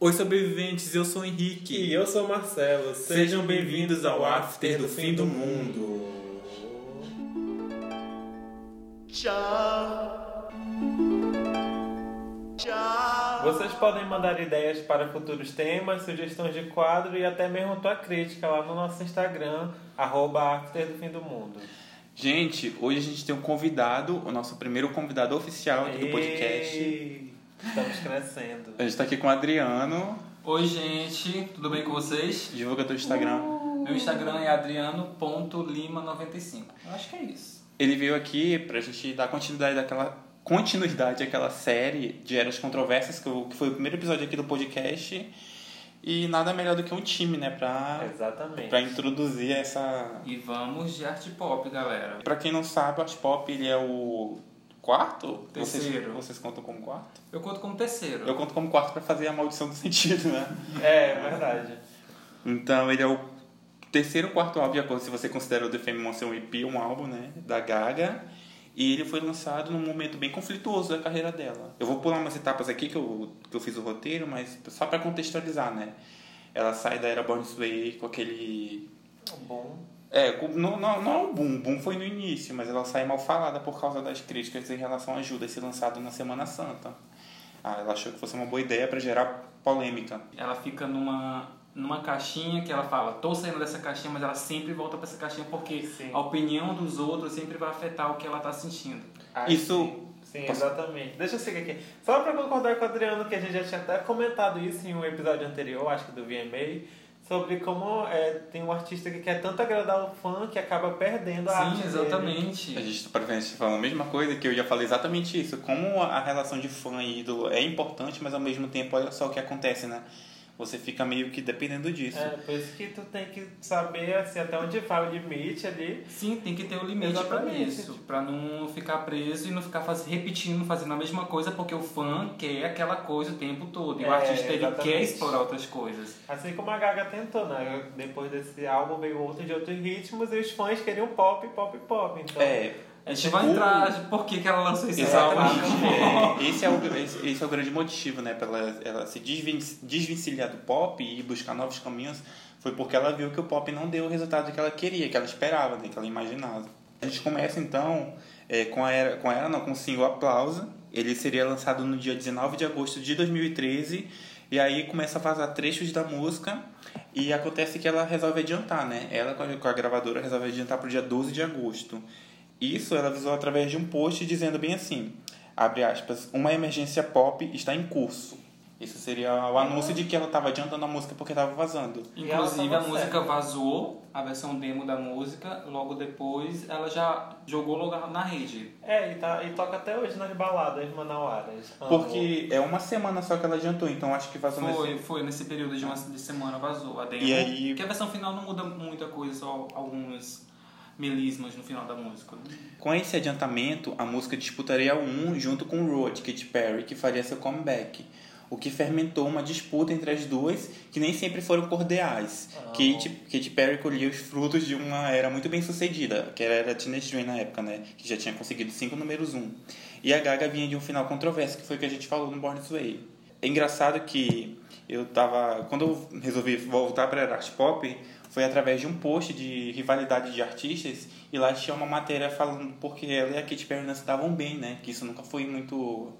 Oi, sobreviventes, eu sou o Henrique. E eu sou o Marcelo. Sejam bem-vindos ao After do Fim do Mundo. Tchau. Tchau. Vocês podem mandar ideias para futuros temas, sugestões de quadro e até mesmo tua crítica lá no nosso Instagram, arroba After do Fim do Mundo. Gente, hoje a gente tem um convidado, o nosso primeiro convidado oficial aqui do podcast. E Estamos crescendo. A gente tá aqui com o Adriano, Oi, gente, tudo bem com vocês? divulga teu Instagram. Meu Instagram é adriano.lima95. Eu acho que é isso. Ele veio aqui pra gente dar continuidade daquela continuidade àquela série de Eras Controversas, que eu- que foi o primeiro episódio aqui do podcast. E nada melhor do que um time, né, pra, Exatamente. pra introduzir essa... E vamos de arte pop, galera. Pra quem não sabe, o Art Pop, ele é o quarto? Vocês- Terceiro. Vocês, contam como quarto? Eu conto como terceiro. Eu conto como quarto pra fazer a maldição do sentido, né? É, verdade. Então ele é o terceiro quarto álbum, de acordo se você considera o The Fame ser um EP, um álbum, né? Da Gaga. E ele foi lançado num momento bem conflituoso da carreira dela. Eu vou pular umas etapas aqui que eu, que eu fiz o roteiro, mas só pra contextualizar, né? Ela sai da era Born This Way com aquele. Bom. É, com- não, não, não é um boom, boom foi no início, mas ela sai mal falada por causa das críticas em relação a Judas ser lançado na Semana Santa. Ah, ela achou que fosse uma boa ideia pra gerar polêmica. Ela fica numa, numa caixinha que ela fala, tô saindo dessa caixinha, mas ela sempre volta pra essa caixinha porque Sim. a opinião dos outros sempre vai afetar o que ela tá sentindo. Ah, Isso- Sim, Sim, Posso- exatamente. Deixa eu seguir aqui. Só pra concordar com o Adriano, que a gente já tinha até comentado isso em um episódio anterior, acho que do VMA, sobre como é, tem um artista que quer tanto agradar o fã que acaba perdendo a arte Sim, dele. exatamente. A gente tá gente falando a mesma coisa que eu já falei exatamente isso. Como a relação de fã e ídolo é importante, mas ao mesmo tempo olha só o que acontece, né? Você fica meio que dependendo disso. É, por isso que tu tem que saber assim, até onde vai o limite ali. Sim, tem que ter o limite pra Exatamente. isso, pra não ficar preso e não ficar faz, repetindo, fazendo a mesma coisa, porque o fã quer aquela coisa o tempo todo. E o É, artista ele exatamente. quer explorar outras coisas. Assim como a Gaga tentou, né? Depois desse álbum veio outro de outros ritmos e os fãs queriam pop, pop, pop. Então, É, A gente vai tipo O- entrar por que, que ela lançou esse exatamente. álbum. É, esse, é o, esse, esse é o grande motivo, né? Pra ela, ela se desvin- desvencilhar do pop e buscar novos caminhos. Foi porque ela viu que o pop não deu o resultado que ela queria, que ela esperava, né? Que ela imaginava. A gente começa então é, com, a era, com ela, não, com o single Aplausa. Ele seria lançado no dia 19 de agosto de 2013. E aí começa a vazar trechos da música. E acontece que ela resolve adiantar, né? Ela com a, com a gravadora resolve adiantar pro dia 12 de agosto. Isso ela avisou através de um post dizendo bem assim: abre aspas, uma emergência pop está em curso. Isso seria o anúncio de que ela estava adiantando a música porque estava vazando. E ela Inclusive, a tava música certa. vazou, a versão demo da música, logo depois ela já jogou logo na rede. é, e, tá, e toca até hoje nas baladas manauaras. Amo. Porque é uma semana só que ela adiantou, então acho que vazou nesse... Foi, foi nesse período de uma de semana vazou a demo. E aí- Que a versão final não muda muita coisa, só alguns melismas no final da música. né? Com esse adiantamento, a música disputaria um junto com Road, Katy Perry, que faria seu comeback. O que fermentou uma disputa entre as duas, que nem sempre foram cordiais. Ah. Katy, Katy Perry colhia os frutos de uma era muito bem sucedida, que era a Teenage Dream na época, né? Que já tinha conseguido cinco números um. E a Gaga vinha de um final controverso, que foi o que a gente falou no Born This Way. É engraçado que eu tava... Quando eu resolvi voltar para a arte pop, foi através de um post de rivalidade de artistas e lá tinha uma matéria falando porque ela e a Katy Perry não se davam bem, né? Que isso nunca foi muito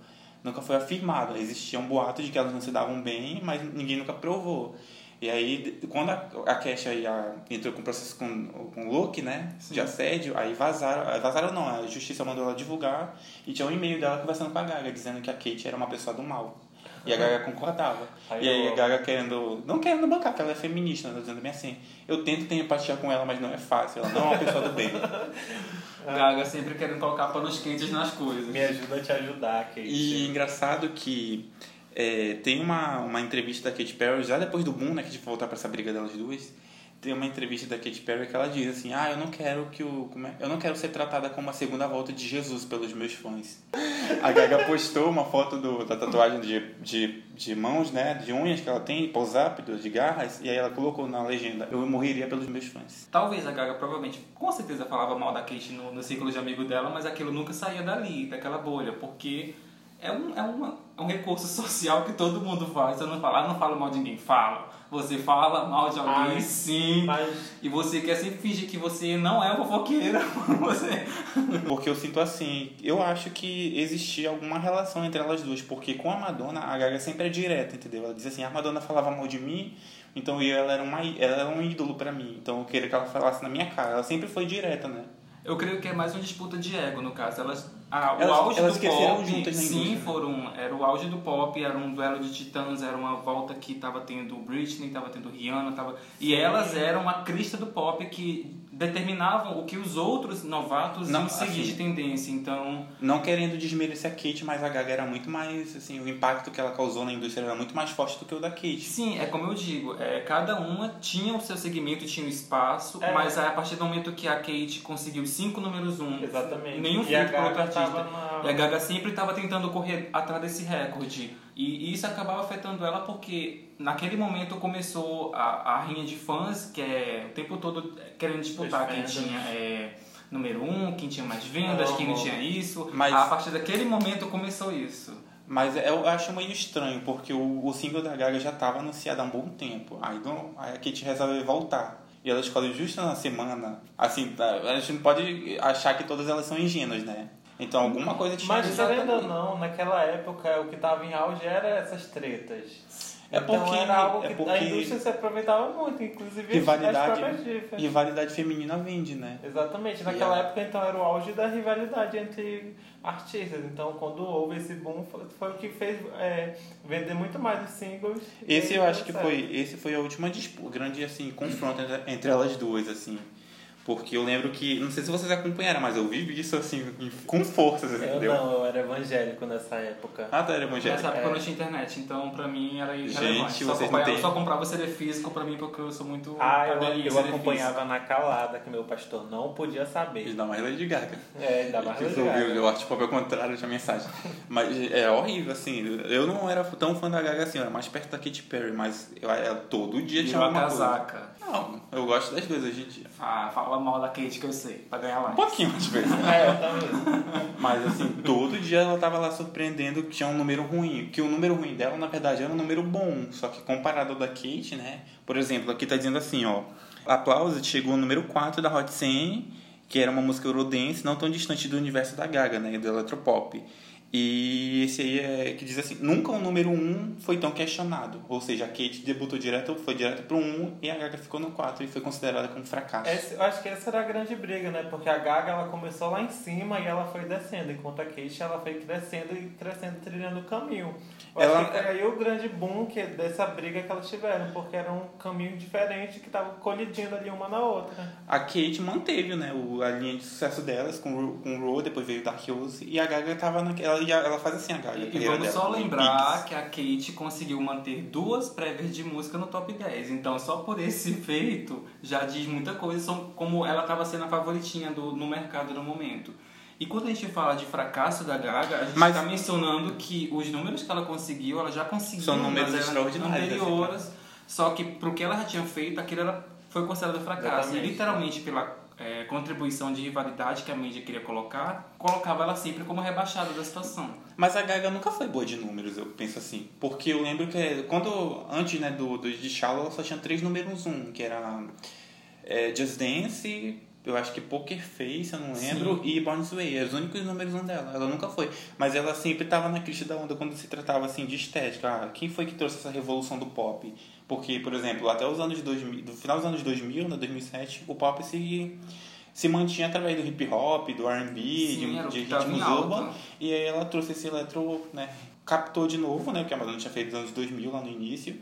nunca foi afirmado. Existia um boato de que elas não se davam bem, mas ninguém nunca provou. E aí de- quando a, a Kesha e a- entrou com o processo com, com o Luke, né, de assédio, aí vazaram, aí vazaram não, a justiça mandou ela divulgar e tinha um e-mail dela conversando com a Gaga dizendo que a Kate era uma pessoa do mal. E a Gaga concordava. Aí e aí eu- a Gaga querendo. Não querendo bancar, porque ela é feminista, né? dizendo bem assim. Eu tento ter empatia com ela, mas não é fácil. Ela não é uma pessoa do bem. Gaga sempre querendo colocar panos quentes nas coisas. Me ajuda a te ajudar, Kate. E engraçado que é, tem uma, uma entrevista da Katy Perry, já depois do boom, né, que a gente vai voltar pra essa briga delas duas, tem uma entrevista da Katy Perry que ela diz assim, ah, eu não quero que o. como é? Eu não quero ser tratada como a segunda volta de Jesus pelos meus fãs. A Gaga postou uma foto do- da tatuagem de, de, de mãos, né? De unhas que ela tem, posápido, de garras, e aí ela colocou na legenda, eu morreria pelos meus fãs. Talvez a Gaga provavelmente, com certeza falava mal da Kate no, no círculo de amigo dela, mas aquilo nunca saía dali, daquela bolha, porque é, um, é uma é um recurso social que todo mundo faz. Eu não falo, ah, não falo mal de ninguém, fala. Você fala mal de alguém, Ai, sim. Mas E você quer sempre fingir que você não é o fofoqueiro. Você... Porque eu sinto assim, eu acho que existia alguma relação entre elas duas, porque com a Madonna, a Gaga sempre é direta, entendeu? Ela diz assim, a Madonna falava mal de mim, então eu- ela era, uma, í- ela era um ídolo pra mim, então eu queria que ela falasse na minha cara. Ela sempre foi direta, né? Eu creio que é mais uma disputa de ego, no caso. Elas, ah, o Elas- auge elas do cresceram pop, juntas na sim, indústria. foram. Era o auge do pop, era um duelo de titãs, era uma volta que tava tendo Britney, tava tendo Rihanna, tava. E elas eram a crista do pop que determinavam o que os outros novatos Não, iam assim- seguir de tendência. Então, Não querendo desmerecer a Kate, mas a Gaga era muito mais, assim, o impacto que ela causou na indústria era muito mais forte do que o da Kate. sim, é como eu digo, é, cada uma tinha o seu segmento, tinha o espaço, É. mas aí, a partir do momento que a Kate conseguiu cinco números um, Exatamente. nenhum e a filtro para outro Gaga artista. tava na... E a Gaga sempre estava tentando correr atrás desse recorde. E isso acabava afetando ela porque naquele momento começou a, a rinha de fãs, que é o tempo todo querendo disputar Os quem fans. tinha é, número um, quem tinha mais vendas, Não, quem não amor. tinha isso. Mas- A partir daquele momento começou isso. Mas é, eu acho meio estranho, porque o, o single da Gaga já estava anunciado há um bom tempo. Aí, não- aí a Kate resolve voltar. E ela escolhe justo na semana. Assim, tá, a gente não pode achar que todas elas são ingênuas, né? Então alguma coisa tinha Mas é Exatamente. querendo ou não, naquela época o que tava em auge era essas tretas. É então porque- era algo é que a porque- indústria se aproveitava muito, inclusive as Rivalidade, próprias divas. rivalidade feminina vende, né? Exatamente, naquela época então era o auge da rivalidade entre artistas. Então quando houve esse boom foi, foi o que fez é, vender muito mais os singles. Esse E eu deu acho que certo. foi, esse foi a última disputa, grande assim, confronto entre- entre elas duas, assim. Porque eu lembro que, não sei se vocês acompanharam, mas eu vivi isso assim em- com forças, Eu entendeu? não, eu era evangélico nessa época. Ah, tá, era Nessa evangélica. época É. eu não tinha internet, então pra mim era Gente, irrelevante. Só, vocês não acompanhava- têm- só comprava CD físico pra mim porque eu sou muito... Ah, eu, cadelinha de eu CD acompanhava na calada, que meu pastor não podia saber. Ainda mais Lady Gaga. É, ainda mais Você Lady Gaga. ouviu, eu acho tipo, ao contrário da mensagem. Mas é horrível, assim. Eu não era tão fã da Gaga assim, eu era mais perto da Katy Perry, mas eu, eu todo dia tinha físico. Virou a alguma coisa. casaca. Não, eu gosto das duas hoje em dia. Ah, fala mal da Kate que eu sei, pra ganhar lá. Um pouquinho às vezes. né? É, eu também. Mas assim, todo dia ela tava lá surpreendendo que tinha um número ruim. Que o número ruim dela, na verdade, era um número bom. Só que comparado ao da Kate, né? Por exemplo, aqui tá dizendo assim, ó. Aplausos chegou no número 4 da Hot 100, que era uma música eurodense, não tão distante do universo da Gaga, né? Do eletropop. E esse aí é que diz assim, nunca o número 1 foi tão questionado. Ou seja, a Kate debutou direto, foi direto pro 1 e a Gaga ficou no 4 e foi considerada como fracasso. Esse- eu acho que essa era a grande briga, né? Porque a Gaga ela começou lá em cima e ela foi descendo, enquanto a Kate ela foi crescendo e crescendo, trilhando o caminho. Eu Ela- acho que foi aí o grande boom que, dessa briga que elas tiveram, porque era um caminho diferente que estava colidindo ali uma na outra. A Kate manteve, né, o, a linha de sucesso delas com, o- com o Ro, depois veio Dark Rose, e a Gaga tava naquela. e a- Ela faz assim a Gaga. a E- E carreira vamos dela, só com lembrar Pixies. que a Kate conseguiu manter duas prévias de música no top 10. Então, só por esse feito, já diz muita coisa são como ela estava sendo a favoritinha do, no mercado no momento. E quando a gente fala de fracasso da Gaga, a gente Mas- está mencionando que os números que ela conseguiu, ela já conseguiu São números nas eras extraordinários, assim, anteriores. Só que pro que ela já tinha feito, aquilo ela foi considerado fracasso. E Exatamente. literalmente pela eh, contribuição de rivalidade que a mídia queria colocar, colocava ela sempre como rebaixada da situação. Mas a Gaga nunca foi boa de números, eu penso assim. Porque eu lembro que quando. Antes, né, do, do de Shallow, ela só tinha três números um, que era é, Just Dance. Eu acho que Poker Face, eu não lembro, e Born This Way, os únicos números um dela. Ela nunca foi. Mas ela sempre tava na crista da onda quando se tratava, assim, de estética. Ah, quem foi que trouxe essa revolução do pop? Porque, por exemplo, até os anos 2000, do final dos anos 2000, né, 2007, o pop se, se mantinha através do hip hop, do R&B, de, Sim, era o de que tava em ritmos alta. urban. E aí ela trouxe esse eletro, né? Captou de novo, né? Porque a Madonna tinha feito nos anos 2000, lá no início.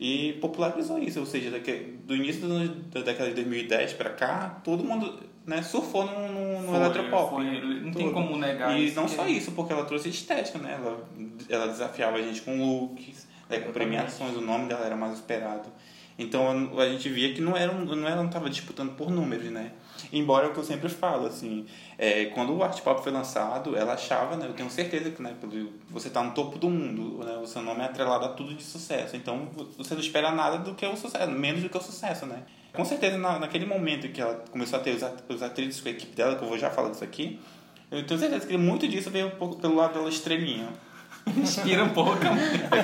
E popularizou isso, ou seja, daqui, do início dos anos- da década de 2010 pra cá, todo mundo né, surfou no, no, no Foi, eletropop. foi, não tem Tudo. como negar E isso, não que- só isso, porque ela trouxe estética, né? Ela, ela desafiava a gente com looks, né, com Exatamente. premiações, o nome dela era mais esperado. Então a gente via que não era, um- não era não tava disputando por números, né? Embora é o que eu sempre falo, assim, é, quando o Art Pop foi lançado, ela achava, né? Eu tenho certeza que, né, pelo, você tá no topo do mundo, né? O seu nome é atrelado a tudo de sucesso. Então você não espera nada do que o sucesso, menos do que o sucesso, né? Com certeza, na, naquele momento que ela começou a ter os, at- os atrizes com a equipe dela, que eu vou já falar disso aqui, eu tenho certeza que muito disso veio por- pelo lado dela estrelinha. Inspira um pouco.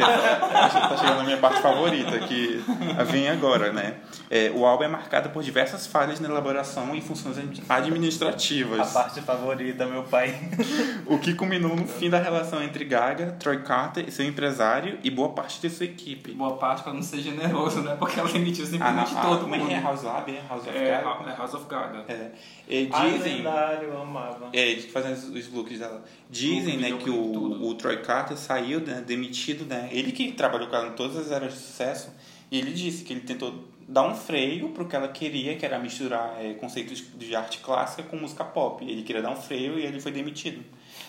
tá chegando na minha parte favorita, que vem agora, né? É, o álbum é marcado por diversas falhas na elaboração e funções A administrativas, parte favorita, meu pai. o que culminou no fim da relação entre Gaga, Troy Carter, seu empresário e boa parte de sua equipe. Boa parte pra não ser generoso, né? Porque ela demitiu Ah, não, simplesmente ah, todo como é mundo. que é House Lab, é House of É, Ah, Gaga. é House of Gaga. É. E Ai, dizem... lendário, eu amava. É, fazendo os- os looks dela. Dizem, Look, né, videoclipe, que o, tudo. o Troy Carter saiu, né, demitido, né? Ele que trabalhou com ela em todas as eras de sucesso. E ele disse que ele tentou dar um freio pro que ela queria, que era misturar é, conceitos de arte clássica com música pop. Ele queria dar um freio e ele foi demitido.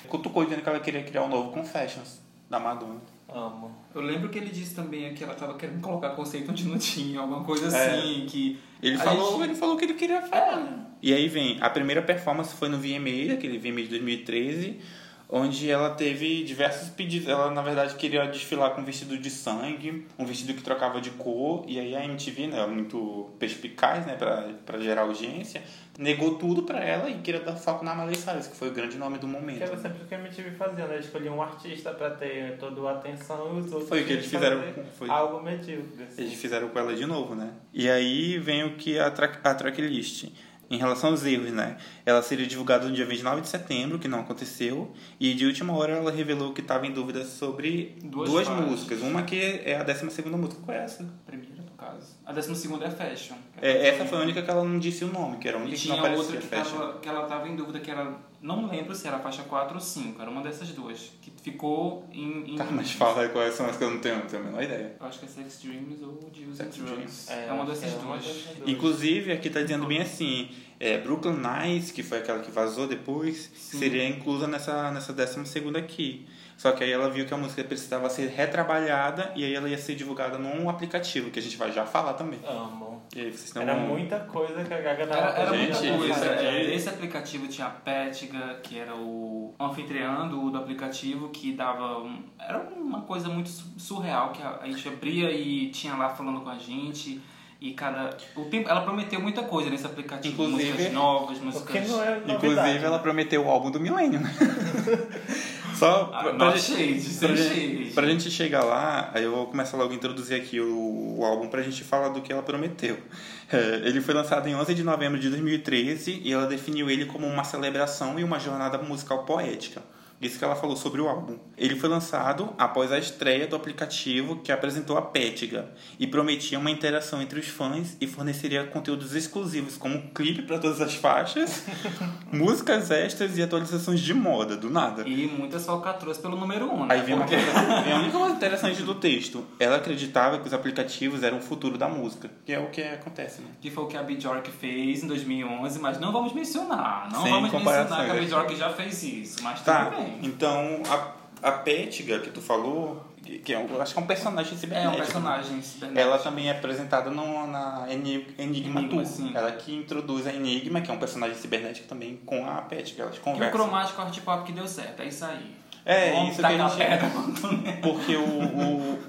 Cutucou dizendo que ela queria criar um novo Confessions da Madonna. Amo. Eu lembro que ele disse também que ela tava querendo colocar conceito onde não tinha, alguma coisa É. assim, que... Ele a falou, gente- ele falou o que ele queria falar. né? E aí vem, a primeira performance foi no VMA, aquele VMA de 2013, onde ela teve diversos pedidos. Ela, na verdade, queria desfilar com um vestido de sangue, um vestido que trocava de cor, e aí a MTV, né, muito perspicaz, né, pra, pra gerar audiência, negou tudo pra ela e queria dar foco na Miley Cyrus, que foi o grande nome do Que momento. era sempre o que a MTV fazia, né? Escolhia um artista pra ter toda a atenção e os outros. Foi o que eles fizeram fazer com- foi- Algo medíocre. assim. Eles fizeram com ela de novo, né? E aí vem o que a, tra a tracklist. Em relação aos erros, né? Ela seria divulgada no dia 29 de setembro, que não aconteceu. E de última hora ela revelou que estava em dúvida sobre duas, Duas partes. músicas. Uma que é a 12 segunda música. Qual é essa? Primeira, no caso. A décima segunda é Fashion. É, essa foi a única que ela não disse o nome, que era a E única que não tinha aparecia. outra que, Fashion. tava, que ela tava em dúvida, que era... Não lembro se era a faixa 4 ou 5, era uma dessas duas. Que ficou em... em- Tá, mas fala quais são as que eu não tenho, não tenho a menor ideia. Eu acho que é Sex Dreams ou Jews and Sex Drugs. Dreams. É, uma dessas é uma duas. dessas duas. Inclusive, aqui tá dizendo bem assim: é, Brooklyn Nice, que foi aquela que vazou depois, Sim. seria inclusa nessa, nessa 12 aqui. Só que aí ela viu que a música precisava ser retrabalhada e aí ela ia ser divulgada num aplicativo, que a gente vai já falar também. Amo. E aí vocês estão. Era muita coisa que a Gaga Era, tava era Gente, muita coisa. então, é um- isso é- é, Esse aplicativo tinha a Pétiga, que era o anfitriã do, do aplicativo, que dava. um- era uma coisa muito su- surreal que a, a gente abria e tinha lá falando com a gente. E cada. O tempo, ela prometeu muita coisa nesse aplicativo. Inclusive- músicas novas, O que músicas. não é novidade. Inclusive, ela prometeu o álbum do milênio, né? Só Ah, pra, not pra gente, shade, pra, sem gente, shade. pra gente chegar lá, aí eu vou começar logo a introduzir aqui o, o álbum pra gente falar do que ela prometeu. É, ele foi lançado em 11 de novembro de 2013 e ela definiu ele como uma celebração e uma jornada musical poética. Isso que ela falou sobre o álbum. Ele foi lançado após a estreia do aplicativo que apresentou a Pétiga e prometia uma interação entre os fãs e forneceria conteúdos exclusivos como clipe para todas as faixas, músicas extras e atualizações de moda, do nada. E muitas falcatruas pelo número 1. Um, Aí vem, uma coisa, vem a única coisa interessante do texto. Ela acreditava que os aplicativos eram o futuro da música. Que é o que acontece, né? Que foi o que a Bjork fez em 2011, mas não vamos mencionar. Não Sem vamos mencionar que a comparações. Bjork já fez isso, mas Tá, tudo bem. então a, a Pétiga que tu falou, que que é, um- eu acho que é um personagem É cibernético. um personagem cibernético. Ela também é apresentada no, na Eni- Enigma, Enigma, Tour. sim. Ela que introduz a Enigma, que é um personagem cibernético também, com a Pétiga. Elas E o conversam. cromático art pop que deu certo, é isso aí. É, Vamos isso que tacar a gente- pedra contra o negro. Porque o,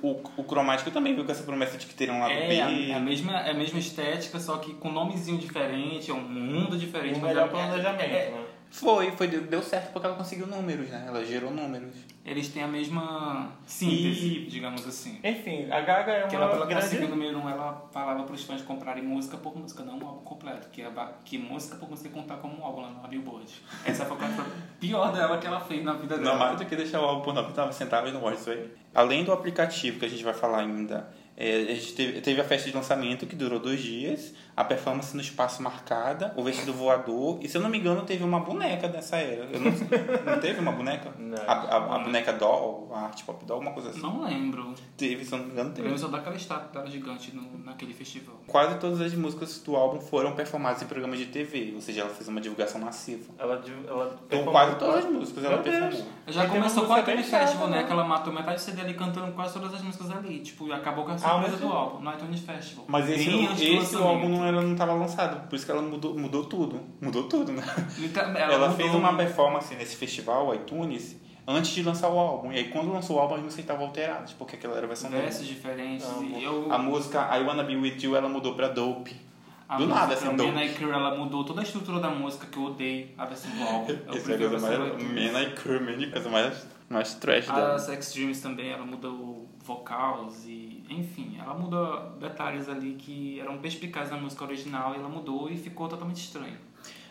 o, o, o cromático também viu com essa promessa de que teria um lado É, B. a- é a, mesma, é a mesma estética, só que com nomezinho diferente, é um mundo diferente. Um mas melhor é- é- planejamento, é- né? Foi, foi, deu deu certo porque ela conseguiu números, né? Ela gerou números. eles têm a mesma síntese, E- digamos assim. Enfim, a Gaga é Porque ela, uma pela grande... grande... número 1, ela falava para os fãs comprarem música por música, não um álbum completo. Que, é ba- que música por música contar como um álbum lá na Billboard. Essa foi a coisa pior dela que ela fez na vida dela. Não, é mais do que deixar o álbum por 99 centavos no Wordsway. Além do aplicativo que a gente vai falar ainda, é, a gente teve, teve a festa de lançamento que durou dois dias, a performance no espaço marcada, o vestido voador, e se eu não me engano, teve uma boneca dessa era. Eu não, não teve uma boneca? Não. A, a- a boneca doll, a arte pop doll, alguma coisa assim. Não lembro. Teve, se eu não me engano, Eu teve. lembro só daquela estátua dela gigante no- naquele festival. Quase todas as músicas do álbum foram performadas em programas de TV, ou seja, ela fez uma divulgação massiva. Ela, de- ela Então, performou- quase todas as músicas ela Meu Deus. performou. Já Aí tem começou uma com música aquele bem chata, festival, né? né? Que ela matou metade do CD ali cantando quase todas as músicas ali. Tipo, e acabou com a mas surpresa eu- do álbum, no iTunes Festival. Ah, é- Mas esse, Bem antes do esse lançamento. álbum não, é- era, não tava lançado, por isso que ela mudou, mudou tudo. Mudou tudo, né? Liter- Ela, Então, mudou- fez uma performance nesse festival, iTunes, antes de lançar o álbum. E aí quando lançou o álbum, as músicas estavam alteradas, porque aquela era a versão dela. versos diferentes. Não, e eu, A música I Wanna Be With You, ela mudou pra Dope. a do música nada, assim, Man do- I Cure, ela mudou toda a estrutura da música que eu odeio a versão do álbum. Eu Essa é a prefiro a coisa versão mais... do iTunes. Man I Cure, Man, coisa mais mais trash A dela. Sex Dreams também, ela muda o vocals e... Enfim, ela muda detalhes ali que eram perspicazes na música original e ela mudou e ficou totalmente estranho.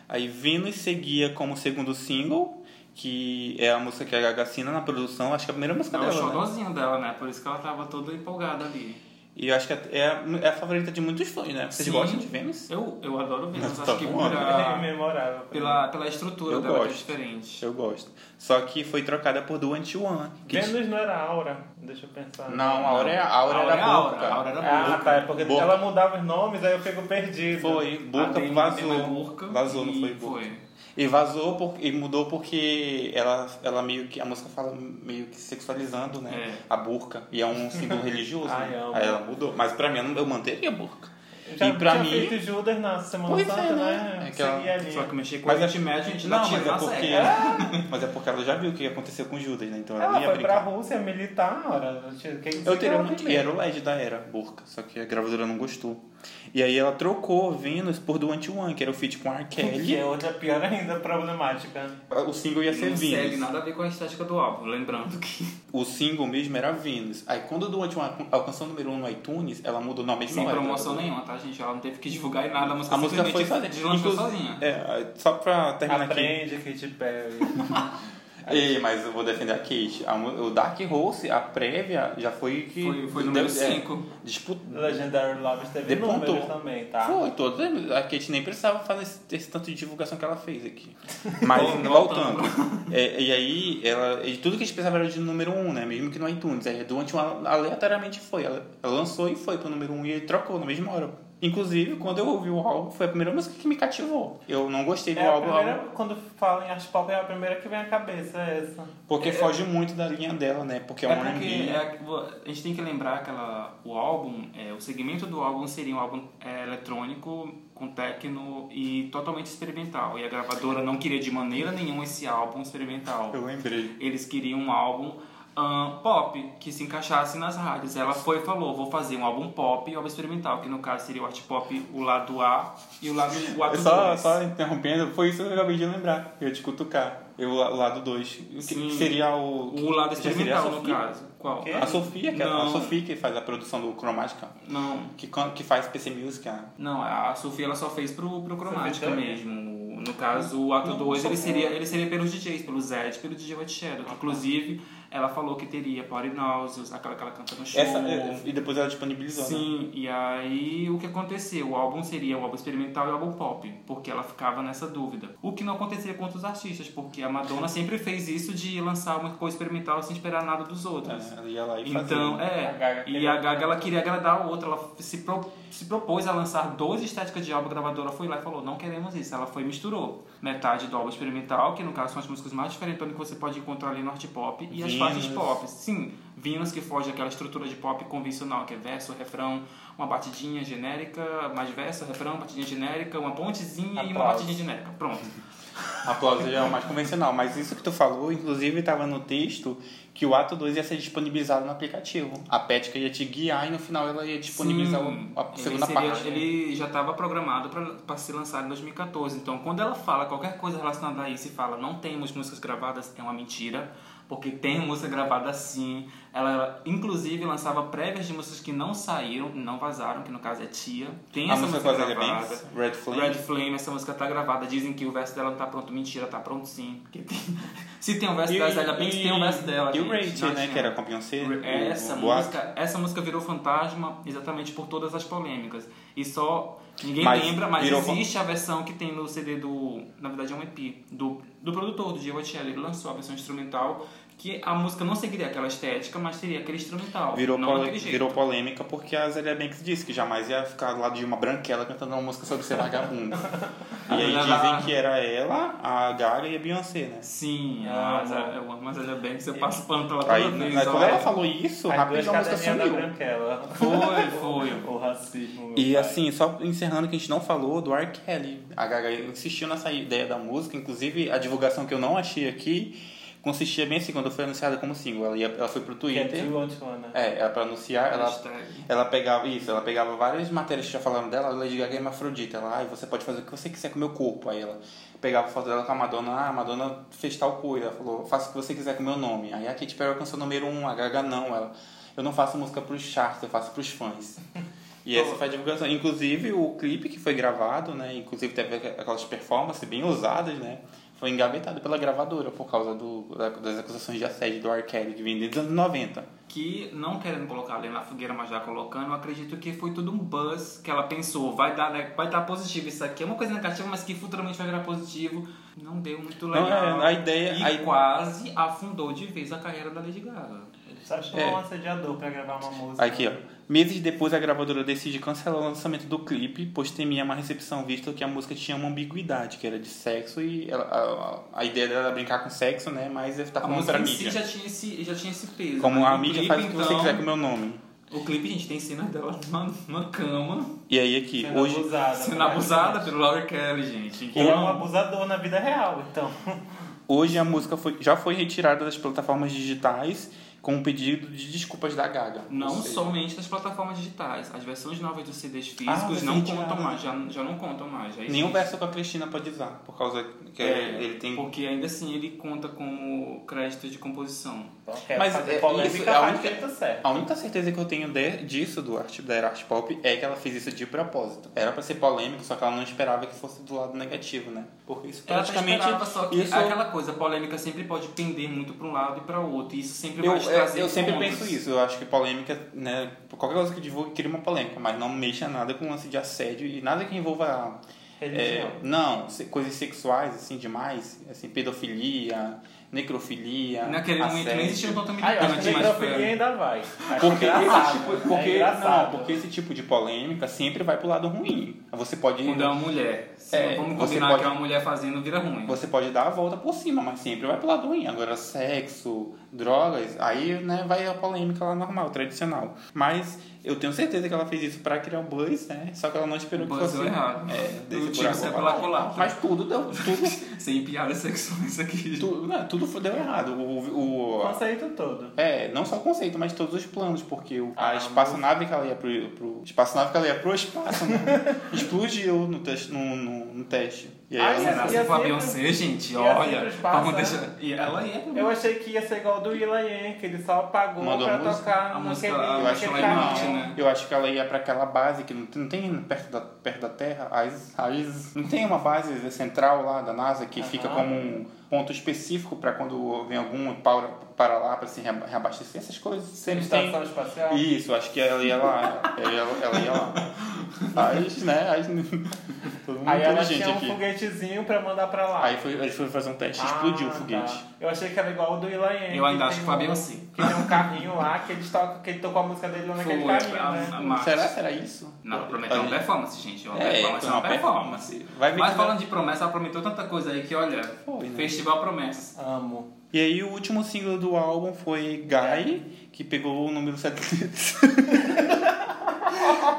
Aí Venus seguia como segundo single, que é a música que a Gaga assina na produção, acho que é a primeira música Ela é o dela, né? xodózinho dela, né? Por isso que ela tava toda empolgada ali. E eu acho que é a, é a favorita de muitos fãs, né? Vocês Sim. gostam de Venus? Eu, eu adoro Venus, Tá acho que bom, né? É pela, memorável. pra mim. pela, pela estrutura Eu dela que é gosto. diferente. Eu gosto. Só que foi trocada por Do Anti One. Que diz- Vênus não era Aura, deixa eu pensar. Não, a Aura, é- a Aura Aura era é a a Aura, Burca. a Aura era Ah, Burca. tá, é porque Boca. ela mudava os nomes, aí eu fico perdido. Foi, Burca Tem- tem uma vazou. burca vazou, não é e foi Burca. E vazou por- e mudou porque ela, ela meio que. A música fala meio que sexualizando, né? A burca. E é um símbolo religioso. Ai, né? amo. Aí ela mudou. Mas pra mim eu não- eu manteria a burca. Já e pra tinha mim. feito Judas na Semana Pois é, Santa, né? né? É que ela- Seguia ali. Só que mexer com Mas o eu- Oriente Médio, a gente Não, não, mas tira é na série. porque. Mas é porque ela já viu o que aconteceu com Judas, né? Então ela, Ela ia foi pra brincar. Rússia militar, ora. Quem disse Eu que teria ela um tem que era o LED da era, burca. Só que a gravadora não gostou. E aí ela trocou Venus por Do Anti One, que era o feat com a R. medo? Que Kelly. é outra pior ainda problemática. né? O single ia ser um Não segue Venus. nada a ver com a estética do álbum, lembrando que... O single mesmo era Venus. Aí quando o Do Anti One alcançou o número 1 um no iTunes, ela mudou o nome de Sem nova era. promoção nenhuma, tá, gente? Ela não teve que divulgar em nada, a música A música foi simplesmente sozinha. deslanchou Inclusive- sozinha. É, só pra terminar aqui. Aprende, Katy Perry. Ei, mas eu vou defender a Kate. A mu- o Dark Horse, a prévia, já foi que. Foi, foi número de- 5. É, disputa. Legendary Lovers teve Depontou. números também, tá? Foi, todos. A Kate nem precisava fazer esse, esse tanto de divulgação que ela fez aqui. Mas, Voltando. voltando. É, e aí, ela, e tudo que a gente pensava era de número 1, um, né? Mesmo que no iTunes. Aí, durante uma, aleatoriamente foi. Ela, ela lançou e foi pro número 1 um, e ele trocou na mesma hora. Inclusive, quando eu ouvi o álbum, foi a primeira música que me cativou. Eu não gostei do É a um álbum. primeira, quando falam em arte pop, é a primeira que vem à cabeça, é essa. Porque foge muito da linha dela, né? Porque é um porque R&B. é- a gente tem que lembrar que ela, o álbum, é, o segmento do álbum seria um álbum é, eletrônico, com techno e totalmente experimental. E a gravadora não queria de maneira nenhuma esse álbum experimental. Eu lembrei. Eles queriam um álbum ahn, pop, que se encaixasse nas rádios. Ela foi e falou, vou fazer um álbum pop e álbum experimental, que no caso seria o art pop, o lado A e o lado o ato É Só, dois. só interrompendo, foi isso que eu acabei de lembrar. Eu ia te cutucar. Eu, o lado 2. Que Sim. seria o. O lado que seria a experimental, no Sofia? caso. Qual? Que? A Sofia, que é a Não. Sofia que faz a produção do Chromatica, Não. que, can- que faz PC Music. a- Não, a Sofia ela só fez pro, pro Cromática também. mesmo. No caso, o ato Não, 2 ele só- seria, ele seria pelos DJs, pelo Zed, pelo DJ White Shadow. que, inclusive, ela falou que teria Party Nauseous, aquela que ela canta no show. Essa, é, e depois ela disponibilizou. né? Sim, e aí o que aconteceu? O álbum seria o álbum experimental e o álbum pop, porque ela ficava nessa dúvida. O que não acontecia com outros artistas, porque a Madonna sempre fez isso de lançar uma coisa experimental sem esperar nada dos outros. É, ela ia lá e Então, fazia. é. A Gaga tá e queria- a Gaga ela queria agradar a outra, ela se, pro- se propôs a lançar 12 estéticas de álbum, a gravadora foi lá e falou: não queremos isso. Ela foi e misturou metade do álbum experimental, que no caso são as músicas mais diferentes que você pode encontrar ali no art pop, e as Venus. faixas pop. Sim, Venus que foge daquela estrutura de pop convencional, que é verso, refrão, uma batidinha genérica, mais verso, refrão, batidinha genérica, uma pontezinha e uma Aplausos. batidinha genérica. Pronto. Aplauso já é o mais convencional. Mas isso que tu falou, inclusive, estava no texto que o ato 2 ia ser disponibilizado no aplicativo. A Pética ia te guiar e no final ela ia disponibilizar Sim, o- a ele segunda seria- parte. Ele já estava programado para ser lançado em 2014. Então, quando ela fala qualquer coisa relacionada a isso e fala não temos músicas gravadas, é uma mentira. Porque tem música gravada sim. Ela, ela, inclusive, lançava prévias de músicas que não saíram, não vazaram, que no caso é Tia. Tem A essa música música, com as gravada. Banks, Red Flame. Red Flame, essa música tá gravada. Dizem que o verso dela não tá pronto. Mentira, tá pronto sim. Porque tem- Se tem o verso da Zélia Banks, tem o verso dela. E o gente. Rage, Não né? adianta. Que era com a Beyoncé. o- Essa o boato. música, essa música virou fantasma exatamente por todas as polêmicas. E só. Ninguém Mas lembra, mas virou- existe a versão que tem no CD do. Na verdade é um EP. Do, do produtor, do Diego Atiello. Ele lançou a versão instrumental. Que a música não seguiria aquela estética, mas teria aquele instrumental. Virou, não pole- daquele jeito. virou polêmica porque a Zélia Banks disse que jamais ia ficar do lado de uma branquela cantando uma música sobre ser vagabundo. e aí dizem que era ela, a Gaga e a Beyoncé, né? Sim, Ah, a Zara- eu amo a Zélia Banks, eu passo pano pela toda Aí, vez. né, ó. quando ela falou isso, As duas rapidinho a música caderninhas da sumiu. branquela. Foi, foi. O racismo. meu E pai. assim, só encerrando que a gente não falou do R. Kelly. A Gaga insistiu nessa ideia da música, inclusive a divulgação que eu não achei aqui. consistia bem assim, quando foi anunciada como single, ela, ia, ela foi pro Que é Twitter. Do Want Wanna. É, ela pra anunciar, ela, Hashtag. ela pegava isso, ela pegava várias matérias que já falaram dela, Lady Gaga é hermafrodita, ela, ai, você pode fazer o que você quiser com o meu corpo. Aí ela pegava a foto dela com a Madonna, ah, a Madonna fez tal coisa, ela falou, faça o que você quiser com o meu nome. Aí a Katy Perry alcançou o número um, a Gaga não, ela, eu não faço música pros charts, eu faço pros fãs. E essa foi a divulgação. Inclusive, o clipe que foi gravado, né? Inclusive, teve aquelas performances bem ousadas, né? Foi engavetado pela gravadora por causa do, da- das acusações de assédio do R. Kelly, que vem desde os anos lenha que não querendo colocar a lenha na fogueira, mas já colocando, eu acredito que foi tudo um buzz que ela pensou, vai dar, né, vai dar positivo isso aqui, é uma coisa negativa, mas que futuramente vai virar positivo. Não deu muito Não, legal. é, a ideia- e a- quase afundou de vez a carreira da Lady Gaga. Só chamou É. um assediador pra gravar uma música. Aqui, ó. Meses depois, a gravadora decide cancelar o lançamento do clipe, pois temia uma recepção, visto que a música tinha uma ambiguidade, que era de sexo e ela- a, a, a ideia dela era brincar com sexo, né? Mas tá a falando música pra em si mídia. já tinha esse, já tinha esse peso. Como mas a no mídia clipe, faz o que você então, quiser com o meu nome. O clipe, gente, tem cenas dela numa, numa cama, E aí, aqui, Sendo hoje. Hum. abusada. sendo abusada pelo Laura Kelly, gente. Ele é um Então, abusador na vida real, então. Hoje a música foi, já foi retirada das plataformas digitais com um pedido de desculpas da Gaga. Não Ou seja, somente das plataformas digitais. As versões novas dos CDs Ah, físicos mas não retiraram. contam mais, já, já não contam mais. Já Nenhum existe. verso com a Cristina pode usar, por causa que É, ele tem. Porque ainda assim ele conta como crédito de composição. Então, quer Mas fazer é polêmica, isso, é a faz única- do jeito certo. A única certeza que eu tenho de- disso, do arte, da era arte pop, é que ela fez isso de propósito. Era pra ser polêmico, só que ela não esperava que fosse do lado negativo, né? Porque isso Ela tá até praticamente. esperava, só que isso- aquela coisa, a polêmica sempre pode pender muito para um lado e para o outro. E isso sempre Eu, é, vai te trazer eu, eu sempre pontos. penso isso, eu acho que polêmica, né? Qualquer coisa que divulgue cria uma polêmica, mas não mexa nada com lance de assédio e nada que envolva Religião. É, não, se- coisas sexuais, assim, demais. Assim, pedofilia, necrofilia. Naquele momento assédio. nem existia um tanto Ah, eu acho militante, que mas foi- necrofilia ainda vai. Acho Porque, esse engraçado, né? tipo, é porque, não, engraçado. porque esse tipo de polêmica sempre vai pro lado ruim. Você pode, quando é uma mulher. Se É, vamos você combinar pode- que é uma mulher fazendo vira ruim. você pode dar a volta por cima, mas sempre vai pro lado ruim. Agora, sexo, drogas, aí né, vai a polêmica lá normal, tradicional. Mas eu tenho certeza que ela fez isso pra criar o buzz, né? Só que ela não esperou O que buzz fosse. deu errado. É, O desse tiro buraco saiu pra pela lá. culatra. Mas tudo deu. Tudo, Sem piadas sexuais aqui. Tu- não, tudo foi- deu errado. O, O o- conceito todo. é, não só o conceito, mas todos os planos, porque o, a Ah, espaçonave que ela ia pro, pro espaçonave que ela ia pro espaço, né? explodiu no teste, no, no, no teste. E aí Ah, ela- e assim- Será que foi a sempre- Beyoncé, gente? e Olha, assim passa- vamos deixar. E ela é. Eu achei que ia ser igual do Will.i.am, que ele só apagou Mandou pra a música? tocar A música, naquele, eu acho que naquele ela é caminhão. Marte, né? eu acho que ela ia pra aquela base que não tem, não tem perto, da, perto da Terra, as, as, não tem uma base central lá da NASA que fica Aham. como um ponto específico pra quando vem algum e para, para lá pra se rea- reabastecer, essas coisas. Sempre tem, Estação espacial. Isso, acho que ela ia lá. Ela ia, ela ia lá. Aí, né? Aí, todo mundo Aí ela inteligente tinha um aqui. foguetezinho pra mandar pra lá. Aí foi, ele foi fazer um teste, Ah, explodiu o tá. foguete. Eu achei que era igual o do Will.i.am. Eu ainda que acho tem que foi a um- Beyoncé. Que tem um carrinho lá, que, eles tocam, que ele tocou a música dele lá naquele Foi carrinho, né? a, a Marte. Será? Será isso? Não, prometeu uma Olha, performance, gente. Uma É, performance é foi uma uma performance. performance. Vai ver Mas que falando de promessa, ela prometeu tanta coisa aí que, olha, Foi, né? festival promessas. Amo. E aí o último single do álbum foi Guy, que pegou o número 76.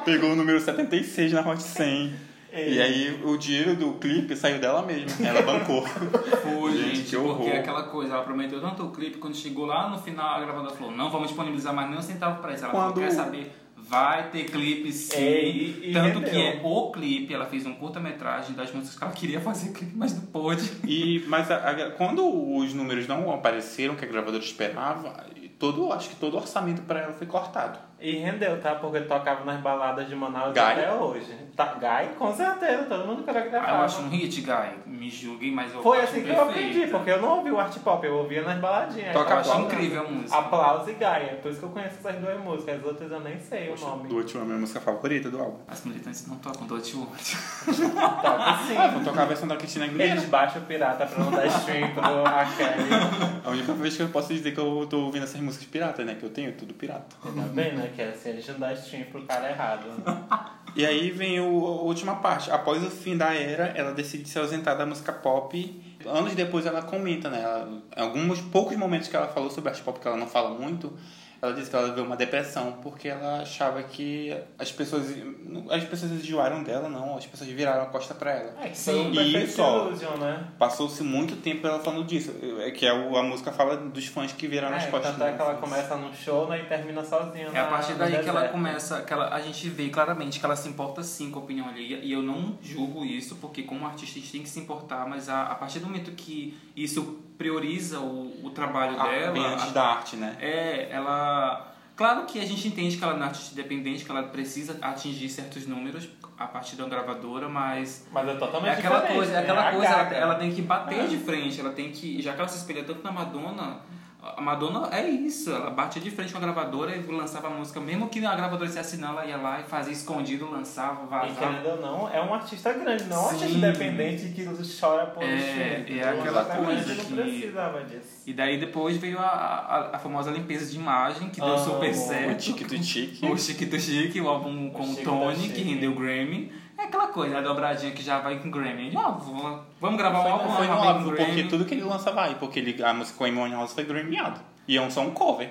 pegou o número 76 na Hot 100. E aí o dinheiro do clipe saiu dela mesma. Ela bancou. Foi, Gente, gente, que porque horror. aquela coisa, ela prometeu tanto o clipe, quando chegou lá no final, a gravadora falou, não vamos disponibilizar mais nem um centavo pra isso. Ela falou, Quando- quer saber, vai ter clipe sim. É, e- e tanto que é rendeu. o clipe, ela fez um curta-metragem das músicas que ela queria fazer clipe, mas não pôde. E, mas a- a- quando os números não apareceram que a gravadora esperava, todo, acho que todo o orçamento para ela foi cortado. E rendeu, tá? Porque tocava nas baladas de Manaus Gai? até hoje. Tá, Gai, com certeza, todo mundo Ah, coreografava. eu acho um hit, Guy. Me julguem, mas eu Foi acho assim que eu perfeito. aprendi, porque eu não ouvi o art pop, eu ouvia nas baladinhas. Toca Eu Aí acho aplauso. incrível a música. Aplauso e Gaia, por isso que eu conheço essas duas músicas, as outras eu nem sei o nome. Do último é a minha música favorita do álbum. As militantes não tocam do Outworld. Tá, assim, Ah, vou tocar a versão da Cristina eles Aguilera. baixam o pirata pra não dar stream pro Akari. É, A única vez que eu posso dizer que eu tô ouvindo essas músicas piratas, né? Que eu tenho tudo pirata. Tá bem, né? Que é assim, a gente não dá stream pro cara é errado. né? E aí vem o, a última parte. Após o fim da era, ela decide se ausentar da música pop. Anos depois ela comenta, né? Ela, em alguns poucos momentos que ela falou sobre arte pop, que ela não fala muito, Ela disse que ela viveu uma depressão porque ela achava que as pessoas as pessoas enjoaram dela, não, as pessoas viraram a costa para ela. É, que Sim, foi o e Perfect só. Illusion, né? Passou-se muito tempo ela falando disso, é que a, a música fala dos fãs que viraram as É, costas. tanto é que dela. ela começa num show né, e termina sozinha. É a na- partir no daí que ela deserto. começa, que ela, a gente vê claramente que ela se importa sim com a opinião alheia, e eu não julgo isso, porque como artista a gente tem que se importar, mas a, a partir do momento que isso prioriza o, o trabalho Ah, dela, bem a- antes da arte, né? é, ela. Claro que a gente entende que ela é uma artista independente, que ela precisa atingir certos números a partir da gravadora, mas Mas é é totalmente aquela diferente, coisa, é né? aquela A coisa, ela, Gaga. ela tem que bater Ah. de frente, ela tem que. Já que ela se espelha tanto na Madonna, a Madonna é isso, ela batia de frente com a gravadora e lançava a música, mesmo que a gravadora dissesse não, ela ia lá e fazia escondido, lançava, E vazava. querendo ou não, é um artista grande, não um artista Sim. independente que chora por É, streaming. é Um aquela artista grande coisa que- não precisava disso. E daí depois veio a, a, a famosa limpeza de imagem, que deu Ah, super o O certo. tique do tique. O Chique do Chique, o álbum com o Chique do Tony, Chique. que rendeu o Grammy. É aquela coisa, a dobradinha que já vai com o Grammy. Ah, vou- vamos gravar um álbum, Não foi no vamos gravar com álbum, o porque Grammy. tudo que ele lança vai, porque ele, a música com a Amy Winehouse foi grimiado. E é um só um cover.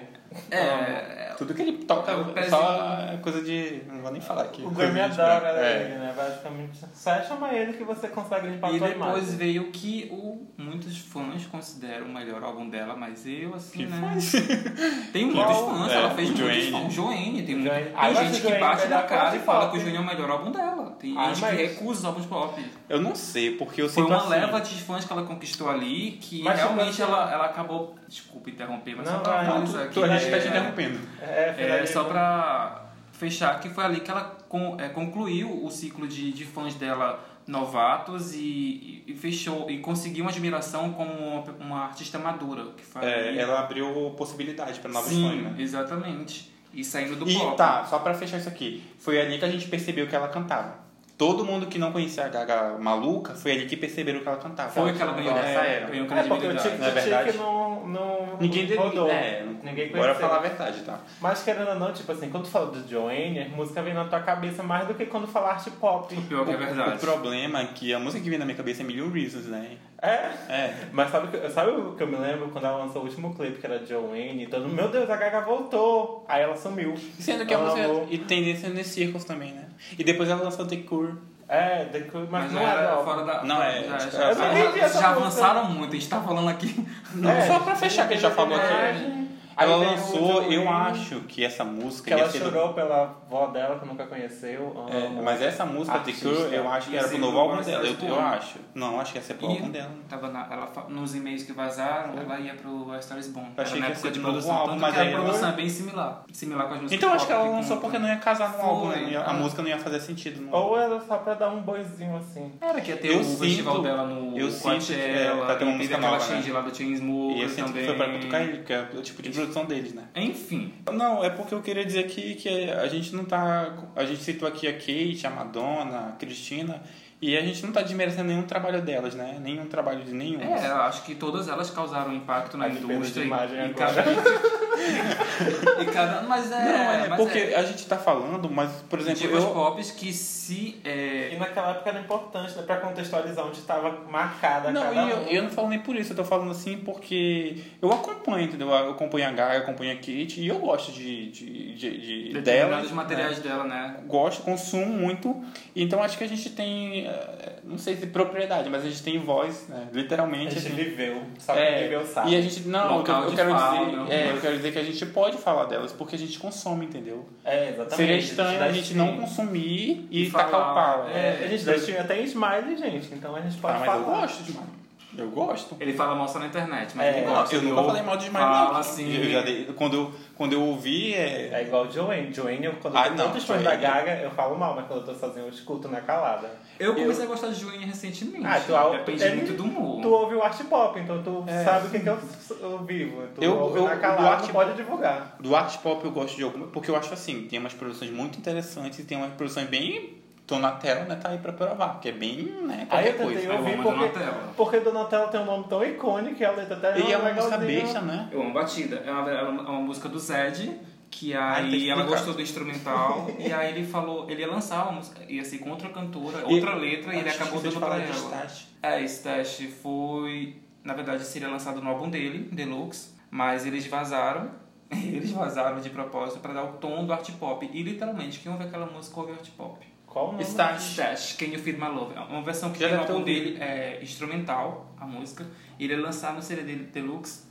É, Tudo que ele toca É um é pezinho. só coisa de. Não vou nem falar aqui. O Coisa Grammy de- adora é. ele, né? Basicamente, só chama ele que você consegue limpar E a tua depois imagem. veio o que o, muitos fãs consideram o melhor álbum dela, mas eu, assim, Que né? fãs? Tem muitos Qual? fãs, É, ela fez o muitos Joanne. fãs. O Joanne, tem, muito, Joanne. tem Ah, eu acho gente o que Joanne bate na melhor cara e pop, fala hein? que o Joanne é o melhor álbum dela. Tem Ah, gente mas- que recusa os álbuns pop. Eu não sei, porque eu Foi sinto uma assim, leva de fãs que ela conquistou ali que Mas, tipo realmente assim- ela, ela acabou. Desculpa interromper, mas Não, só pra vai, Não, analisar tu, aqui. tu- a gente tá te É, interrompendo. É, É, Fernandinho. só pra fechar, que foi ali que ela con- é, concluiu o ciclo de, de fãs dela novatos e, e fechou e conseguiu uma admiração como uma, uma artista madura que foi ali. É, ela abriu possibilidade pra novos fãs, Sim, né? exatamente. E saindo do E pop. tá, só pra fechar isso aqui, foi ali que a gente percebeu que ela cantava. Todo mundo que não conhecia a Gaga maluca foi ali que perceberam que ela cantava. Foi que ela ganhou Então, essa é, era. Ganhou É, porque o um credibilidade. Tic não é verdade? Tic não, não Ninguém rodou. É, Ninguém Bora conheceu. falar a verdade, tá? Mas querendo ou não, tipo assim, quando tu fala do Joanne, a música vem na tua cabeça mais do que quando fala arte pop. Pior que é O verdade. problema é que a música que vem na minha cabeça é Million Reasons, né? É. É. Mas sabe, o que- sabe o que eu me lembro quando ela lançou o último clipe, que era Joanne, todo mundo, meu Deus, a Gaga voltou. Aí ela sumiu. Sendo que é a Ela música amou. e tendência é nesse Circles também, né? E depois ela lançou The Cure. É, The Cure, mas, Mas não já era. era ela. fora da. Não, é, Já, tipo, já, eu não entendi já, essa música. já avançaram muito, a gente tá falando aqui. Não, É, só pra fechar que a gente já falou aqui. é. Aí Ela veio o lançou, Joanne, eu acho que essa música Que ela ia ser do- chorou pela avó dela, que nunca conheceu. É, amo. mas essa música, The Artista. Cure, eu acho que era Esse pro novo não álbum vai ser dela. Eu, pro eu álbum. acho. Não, acho que ia ser pro álbum dela. Tava na- ela, fa- nos e-mails que É. vazaram, ela ia pro A Star is Born. Eu achei Era na que ia época ser de do novo produção, álbum, tanto mas que a aí ela- produção é bem similar. Similar com as músicas Então acho que ela pop lançou com- porque não ia casar no Foi, álbum, né? Não ia- a é. música não ia fazer sentido. no álbum. Ou era só pra dar um boizinho assim. Era que ia ter Eu o festival sinto- dela no eu sinto que, é, Coachella, pra ter uma ia ter música aquela nova, né? change lá do Chainsmokers E eu sinto também. que foi pra cutucar ele, que é o tipo de produção deles, né? Enfim, Não, é porque eu queria dizer aqui que a gente não tá. A gente citou aqui a Kate, a Madonna, a Cristina, e a gente não tá desmerecendo nenhum trabalho delas, né? Nenhum trabalho de nenhum. é, eu acho que todas elas causaram impacto na A limpeza de indústria. e- imagem e, agora. cada, e cada- Mas é. Não, é mas porque é. a gente tá falando, mas, por exemplo, Divas eu. pops que se. é, E naquela época era importante, né? Pra contextualizar onde tava né, marcada Não, cada e eu, um. eu não falo nem por isso, eu tô falando assim porque eu acompanho, entendeu? Eu acompanho a Gaga, eu acompanho a Kate e eu gosto de, de, de, de dela. determinados materiais dela, né? Gosto, consumo muito. Então acho que a gente tem, eh, não sei se propriedade, mas a gente tem voz, né? A Literalmente. gente assim. viveu, só que É, viveu sabe. E a gente, não, eu, Local eu de quero fala, dizer, né? é, eu quero dizer que a gente pode falar delas porque a gente consome, entendeu? É, exatamente. Seria estranho a dá gente stream. não consumir e, E tacar o falar, pau. É, a gente Ah, dá stream até em smile, gente, então a gente pode mas falar. eu gosto demais. Eu gosto. Ele fala mal só na internet, mas É, ele Não, gosta. eu ele nunca ouve, falei mal de Smiley fala Monkey. assim. Eu já dei- quando, eu, quando eu ouvi, é... É igual o Joanne. Joanne, eu, quando Ah, eu tô não, tanto fãs Joanne. da Gaga, eu falo mal, mas quando eu tô sozinho eu escuto na calada. Eu comecei a gostar de Joanne recentemente. Ah, tu- Depende ele- muito do humor. Tu ouve o art pop, então tu É. sabe o que, que eu, eu vivo. Tu Eu- ouve eu- na o calada, art não pode divulgar. do art pop eu gosto de alguma... Porque eu acho assim, tem umas produções muito interessantes e tem umas produções bem... Tô na tela, né? Tá aí pra provar. Que é bem, né? Aí eu Qualquer tentei coisa. eu ouvir amo porque, Donatella. porque Donatella tem um nome tão icônico que a letra até E é uma música legalzinha. besta, né? Eu amo Batida. É uma, é uma- é uma música do Zed, que Ah, tem aí que ela explicar. gostou do instrumental, e aí ele falou, ele ia lançar uma música, ia ser contra a cantora, E- outra letra, e ele Acho que acabou vocês dando pra falaram de ela. Stash. É, esse teste foi. Na verdade, seria lançado no álbum dele, Deluxe, mas eles vazaram. Eles vazaram de propósito pra dar o tom do art pop. E literalmente, quem ouve aquela música ouve art pop. Qual o nome? Stash, Stash, Can You Feel My Love. É uma versão que Já tem no deve ter álbum ouvido. dele, é instrumental, a música. E ele lançava no CD dele, Deluxe,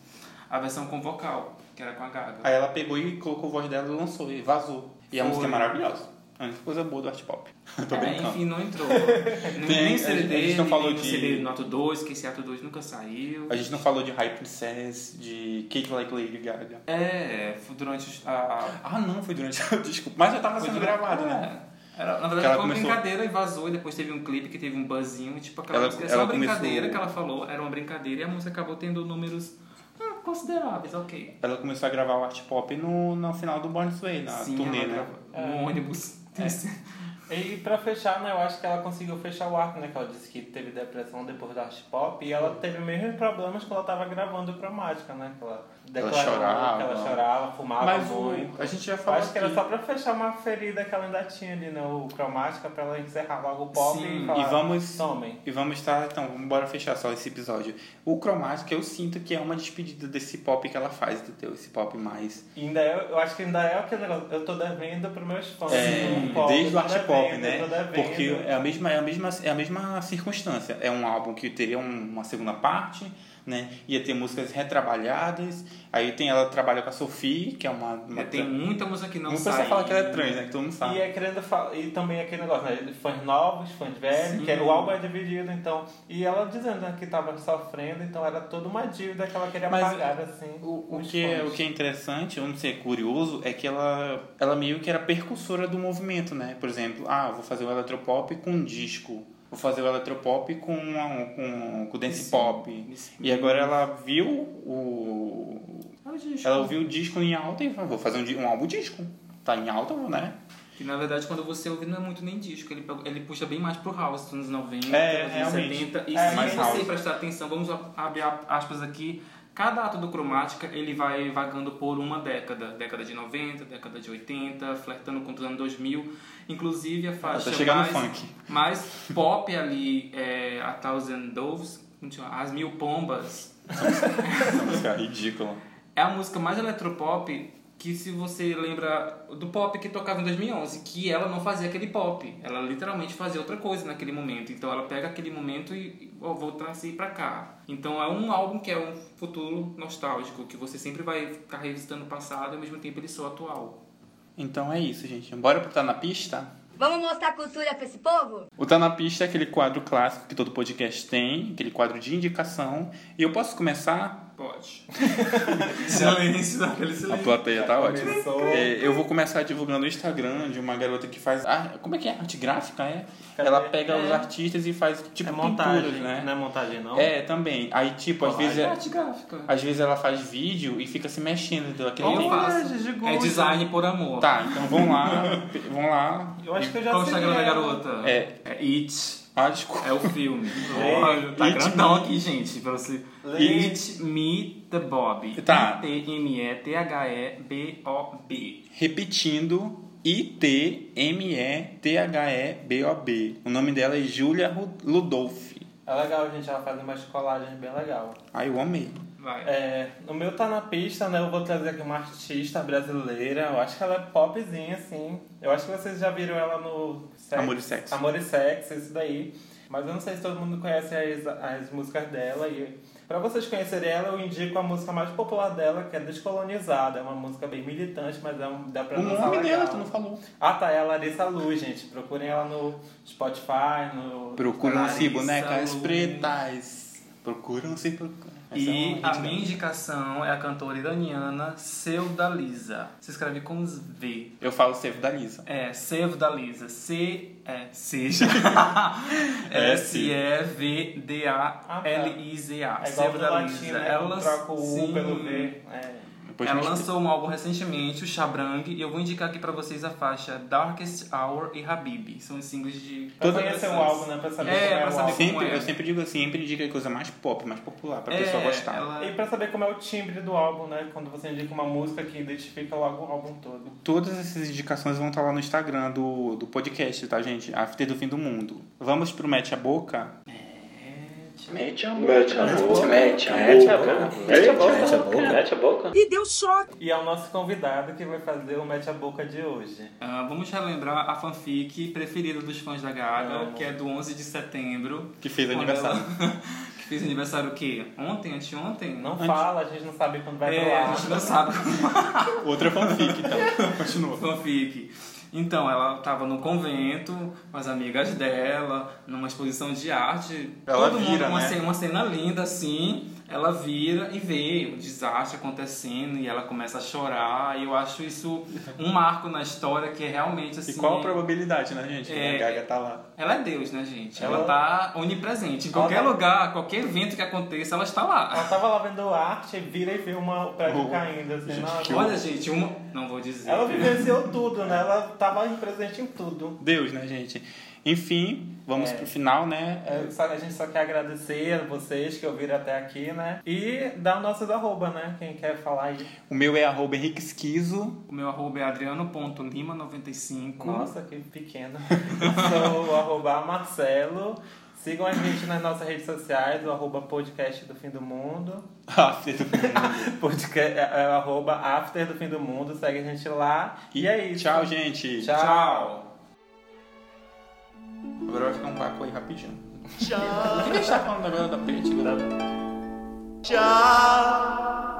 a versão com vocal, que era com a Gaga. Aí ela pegou e colocou a voz dela e lançou, e vazou. E a Foi. música é maravilhosa. É a única coisa boa do art pop. Tô É, brincando. enfim, não entrou. Nem- Tem- nem a o CD gente- a dele, gente não falou nem o de- CD do Ato 2, que é esse Ato 2 nunca saiu. A gente não falou de High Princess, de Cake Like Lady Gaga. É, foi durante a... a- Ah, não, foi durante. Desculpa, mas já tava foi sendo durante- gravado, é. né? Era, na Que verdade, ela foi uma começou- brincadeira e vazou. E depois teve um clipe que teve um buzzinho. e, Tipo, aquela Ela- música é só ela uma brincadeira começou- que ela falou. Era uma brincadeira e a música acabou tendo números ah, consideráveis, ok. Ela começou a gravar o art pop no, no final do Born This Way, na turnê, ela né? grava- No ônibus. E pra fechar, né, eu acho que ela conseguiu fechar o arco, né? Que ela disse que teve depressão depois do art pop e ela teve os mesmos problemas quando ela tava gravando cromática, né? Que ela declarou chorava. que ela chorava, fumava Mas muito. o, Ah, a gente já Eu falou acho que era aqui. só pra fechar uma ferida que ela ainda tinha ali no cromática pra ela encerrar logo o pop Sim, e falar. e vamos- Tomem. E vamos estar, então, vamos bora fechar só esse episódio. O cromático eu sinto que é uma despedida desse pop que ela faz, entendeu? Esse pop mais. E Ainda é, eu acho que ainda é aquele negócio. Eu tô devendo pros meus fãs. É, um pop, desde o eu art tô pop, devendo, né? eu tô devendo. Porque é a, mesma, é, a mesma, é a mesma circunstância. É um álbum que teria um- uma segunda parte, né? Ia ter músicas retrabalhadas. Aí tem ela trabalha com a Sophie, que é uma. uma Tem muita música que não, não sai. precisa falar que ela é trans, né? Que todo mundo Tá. sabe. E é querendo falar, e também é aquele negócio, né? Fãs novos, fãs velhos, Sim. que o álbum é dividido, então. E ela dizendo né, que tava sofrendo, então era toda uma dívida que ela queria Mas pagar, assim. O, o, os que é, fãs. o que é interessante, eu não sei, curioso, é que ela, ela meio que era percursora do movimento, né? Por exemplo, ah, vou fazer o eletropop com disco, vou fazer o eletropop com, a- com, com dance pop. E agora ela viu o. Ela ouviu o disco em alta e falou, vou fazer um, di- um álbum disco. Tá em alta, né? E na verdade, quando você ouve, não é muito nem disco. Ele, pega- ele puxa bem mais pro house, dos anos 90, É, dos anos realmente. 70. E É, se mais você house. prestar atenção, vamos a- abrir a- aspas aqui. Cada ato do Cromática, ele vai vagando por uma década. Década de 90, década de 80, flertando com os anos 2000. Inclusive, a faixa Até chegar tá no mais, funk. mais pop ali é a Thousand Doves, como chama? As Mil Pombas, Essa música é ridícula. é a música mais eletropop que se você lembra do pop que tocava em 2011, que ela não fazia aquele pop, ela literalmente fazia outra coisa naquele momento. Então ela pega aquele momento e ó, vou trazer pra cá. Então é um álbum que é um futuro nostálgico, que você sempre vai ficar revisitando o passado e ao mesmo tempo ele soa atual. Então é isso, gente. Bora pro Tá na Pista? Vamos mostrar cultura pra esse povo? O Tá na Pista é aquele quadro clássico que todo podcast tem, aquele quadro de indicação. E eu posso começar Pode. é silêncio, aquele A silêncio. plateia tá ótima. Começou. É, eu vou começar divulgando o Instagram de uma garota que faz. ar- como é que é? Arte gráfica, é? Cadê? Ela pega É. os artistas e faz tipo É montagem, pinturas, né? Não é montagem, não? É, também. Aí, tipo, às Colagem. vezes, é- Arte gráfica. às vezes ela faz vídeo e fica se mexendo, entendeu? Aquele Eu vídeo. faço. gente, gosto. É design por amor. é Tá, então vamos lá. pe- vamos lá. Eu acho que eu já Qual o sei Instagram da quem é. garota? É. é It. Ah, desculpa. É o filme. É, Olha, tá It grandão Me. aqui, gente. Pra você. Lê. It Me The Bob. Tá. T-M-E-T-H-E-B-O-B. Repetindo. I-T-M-E-T-H-E-B-O-B. O nome dela é Julia Ru- Ludolfi. É legal, gente. Ela faz umas colagens bem legal. Ai, eu amei. Vai. É, o meu tá na pista, né? Eu vou trazer aqui uma artista brasileira. Eu acho que ela é popzinha, assim. Eu acho que vocês já viram ela no Sex- Amor e Sexo. Amor e Sexo, isso daí. Mas eu não sei se todo mundo conhece as, as músicas dela. E pra vocês conhecerem ela, eu indico a música mais popular dela, que é Descolonizada. É uma música bem militante, mas é um, dá pra O dançar nome legal. dela, tu não falou. Ah, tá. É a Larissa Luz, gente. Procurem ela no Spotify, no... Procuram-se Larissa bonecas Lu. pretas. Procuram-se. procu- Essa E é uma hit, a né? minha indicação é a cantora iraniana Seudaliza. Se escreve com os V. Eu falo save da Lisa. É, Seudaliza. C. É, seja. S-E-V-D-A-L-I-Z-A. É igual do Seudaliza. latino, né? Ela Eu troco o U sim. pelo V. É. Depois Ela a gente- lançou um álbum recentemente, o Chabrang, e eu vou indicar aqui pra vocês a faixa Darkest Hour e Habib. São os singles de. Pra Toda- conhecer o álbum, né? Pra saber É, como é pra o saber álbum. Sempre, Como é? Eu sempre digo assim, sempre indica coisa mais pop, mais popular, pra É, pessoa gostar. ela- E pra saber como é o timbre do álbum, né? Quando você indica uma música que identifica logo o álbum todo. Todas essas indicações vão estar lá no Instagram do, do podcast, tá, gente? After do Fim do Mundo. Vamos pro Mete a Boca? É, Mete, mete. Mete a boca. Mete, Mete a boca. Mete a Mete a boca. boca. Mete a boca. E deu choque. E é o nosso convidado que vai fazer o Mete a Boca de hoje. Ah, vamos relembrar a fanfic preferida dos fãs da Gaga, Amo. que é do 11 de setembro. Que fez Quando aniversário. ela- que fez aniversário o quê? Ontem, anteontem? Não fala, a gente não sabe quando vai É, a rolar. gente não sabe Outra fanfic, então. Continua. fanfic. Então, ela tava no convento, com as amigas dela, numa exposição de arte. Ela Todo vira, mundo, uma, né? cena, uma cena linda assim. Ela vira e vê o desastre acontecendo e ela começa a chorar. E eu acho isso um marco na história que é realmente assim. E qual a probabilidade, né, gente? Que É. a Gaga tá lá. Ela é Deus, né, gente? Ela- Ela, tá onipresente. Em Ela tá- qualquer lugar, qualquer evento que aconteça, ela está lá. Ela tava lá vendo arte, vira e vê uma, o prédio Oh, caindo, assim, gente, na- que horror. Olha, gente, uma. Não vou dizer. Ela vivenciou tudo, né? Ela tava presente em tudo. Deus, né, gente? Enfim, vamos É. pro final, né? É, só- a gente só quer agradecer a vocês que ouviram até aqui, né? E dar o nosso arroba, né? Quem quer falar aí. O meu é arroba Henrique Esquizo. O meu arroba é adriano.lima95. Nossa, que pequeno. Eu sou o arroba Marcelo. Sigam a gente nas nossas redes sociais, o arroba podcast do fim do mundo. Ah, filho do mundo. Podcast, é, é, o arroba after do fim do mundo. Segue a gente lá. E, é isso. Tchau, gente. Tchau. Agora vai ficar um vácuo aí rapidinho. Tchau. O que a gente tá falando agora da pertinho? Tchau.